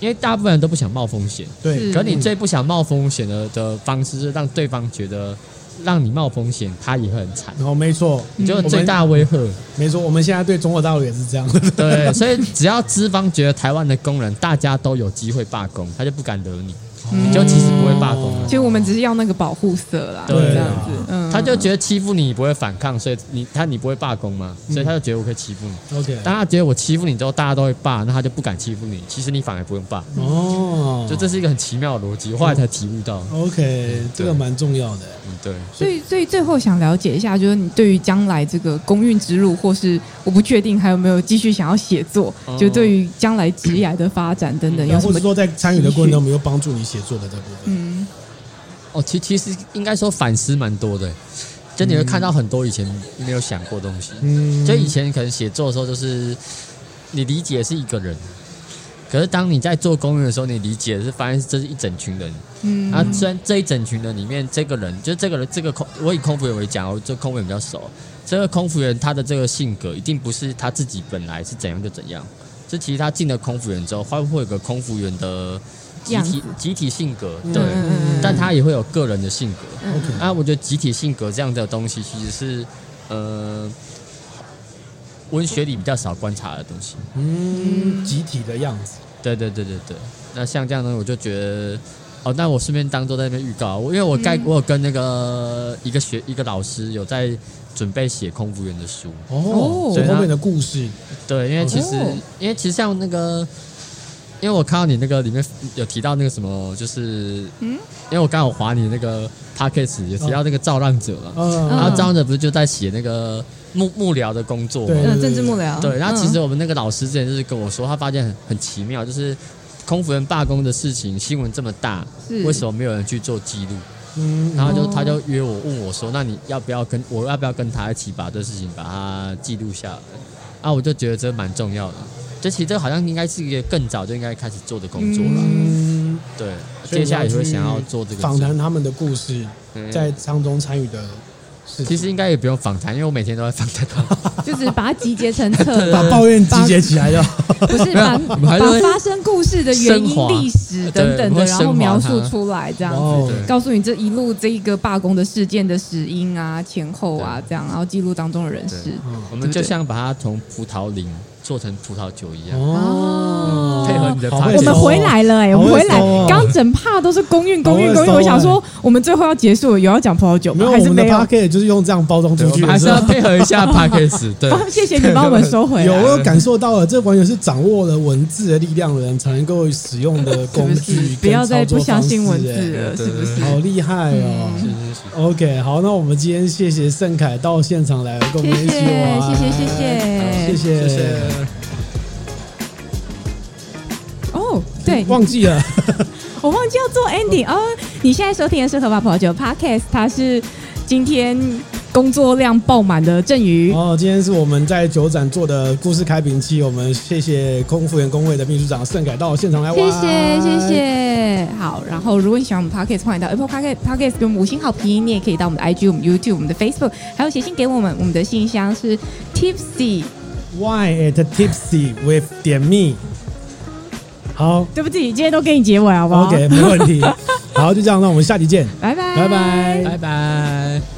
因为大部分人都不想冒风险，对是，可你最不想冒风险的的方式是让对方觉得让你冒风险，他也会很惨。然后没错，嗯你就我们最大威吓。没错，我们现在对中国大陆也是这样的， 对，所以只要资方觉得台湾的工人大家都有机会罢工，他就不敢惹你，你嗯就其实不会罢工了嗯其。实我们只是要那个保护色啦，对啊这样子，嗯，他就觉得欺负你你不会反抗，所以你他你不会罢工嘛，所以他就觉得我可以欺负你。 OK，当他觉得我欺负你之后，大家都会罢，那他就不敢欺负你。其实你反而不用罢，哦，就这是一个很奇妙的逻辑，我后来才体悟到。 OK，这个蛮重要的。嗯，对，所以，所以最后想了解一下，就是你对于将来这个公运之路，或是我不确定还有没有继续想要写作，哦就对于将来职涯的发展等等有嗯什或者么？说在参与的过程中，有没有帮助你写作的这部分？嗯，哦，其其实应该说反思蛮多的，就你会看到很多以前没有想过的东西。嗯就以前可能写作的时候，就是你理解是一个人，可是当你在做公益的时候，你理解的是发现这是一整群人。嗯，啊，虽然这一整群人里面，这个人就这个人，这个空，我以空服员为讲，我这空服员比较熟。这个空服员他的这个性格，一定不是他自己本来是怎样就怎样。这其实他进了空服员之后，他会有个空服员的集样体子集体性格，嗯对。嗯嗯但他也会有个人的性格。 OK，那我觉得集体性格这样的东西，其实是呃文学里比较少观察的东西。嗯，集体的样子，对对对对对。那像这样的，我就觉得哦，那我顺便当做在那边预告，我因为我该、我有跟那个一个学一个老师有在准备写空服员的书，哦，所所以以他后面的故事，对，因为其实、哦因为其实像那个。因为我看到你那个里面有提到那个什么，就是，因为我刚好划你那个 p a c k a g e 有提到那个造浪者嘛，嗯，然后嗯张哲不是就在写那个幕幕僚的工作对嘛？嗯，政治幕啊僚，对，然后其嗯实我们那个老师之前就是跟我说，他发现很很奇妙，就是空服员罢工的事情新闻这么大，是为什么没有人去做记录？嗯，然后就哦他就约我问我说，那你要不要跟我要不要跟他一起把这事情把它记录下来？啊，我就觉得这蛮重要的。这其实这好像应该是一个更早就应该开始做的工作了，嗯，对。所以接下来也会你要去想要做这个访事谈他们的故事，嗯在当中参与的是其实应该也不用访谈，因为我每天都在访谈 他。就只是把它集结成册把了，抱怨集结起来的，不是把我们还把是会发生故事的原因升、华历史等对等我们会的，然升后华描述它出来这样子。哦对告诉你这一路这一个罢工的事件的始因啊、前后啊，这样，然后记录当中的人事对。我们对不就对像把它从葡萄林做成葡萄酒一样，啊哦，配合你的好发会我酵们回来了哎、好我会们回来收哦，刚整帕都是公运公运好会公运，收我想哎说我们最后要结束了，有要讲葡萄酒没吗？有还我是们的没 p 有 o？c a s t 就是用这样包装对，出我去们的，还是要吧配合一下 p a c k a s 对，帮 谢谢你帮我们收回有啊来。啊我有感受到了，这完全是掌握了文字的力量的人才能够使用的是工不具是跟 不要再操作不相信方文式字哎了？是不对是？好厉害哦！是是是 OK，好，那我们今天谢谢盛凯到现场来跟我们一起玩，谢谢谢谢谢。谢 谢谢。哦，对，忘记了，我忘记要做 ending 哦。你现在收听的是《合法葡萄酒》Podcast，它是今天工作量爆满的郑宇。哦，今天是我们在酒展做的故事开瓶期，我们谢谢空服员工会的秘书长盛凯到现场来谢玩，谢谢。谢，好。然后如果你喜欢我们 podcast，欢迎到 Apple Podcast podcast 给我们五星好评。你也可以到我们的 IG、我们 YouTube、我们的 Facebook，还有写信给我们。我们的信箱是 tipsy， Why at tipsy with 点 me？好对不起，今天都给你结尾好不好，OK，没问题。好，就这样，那我们下期见，拜拜，拜拜。拜拜。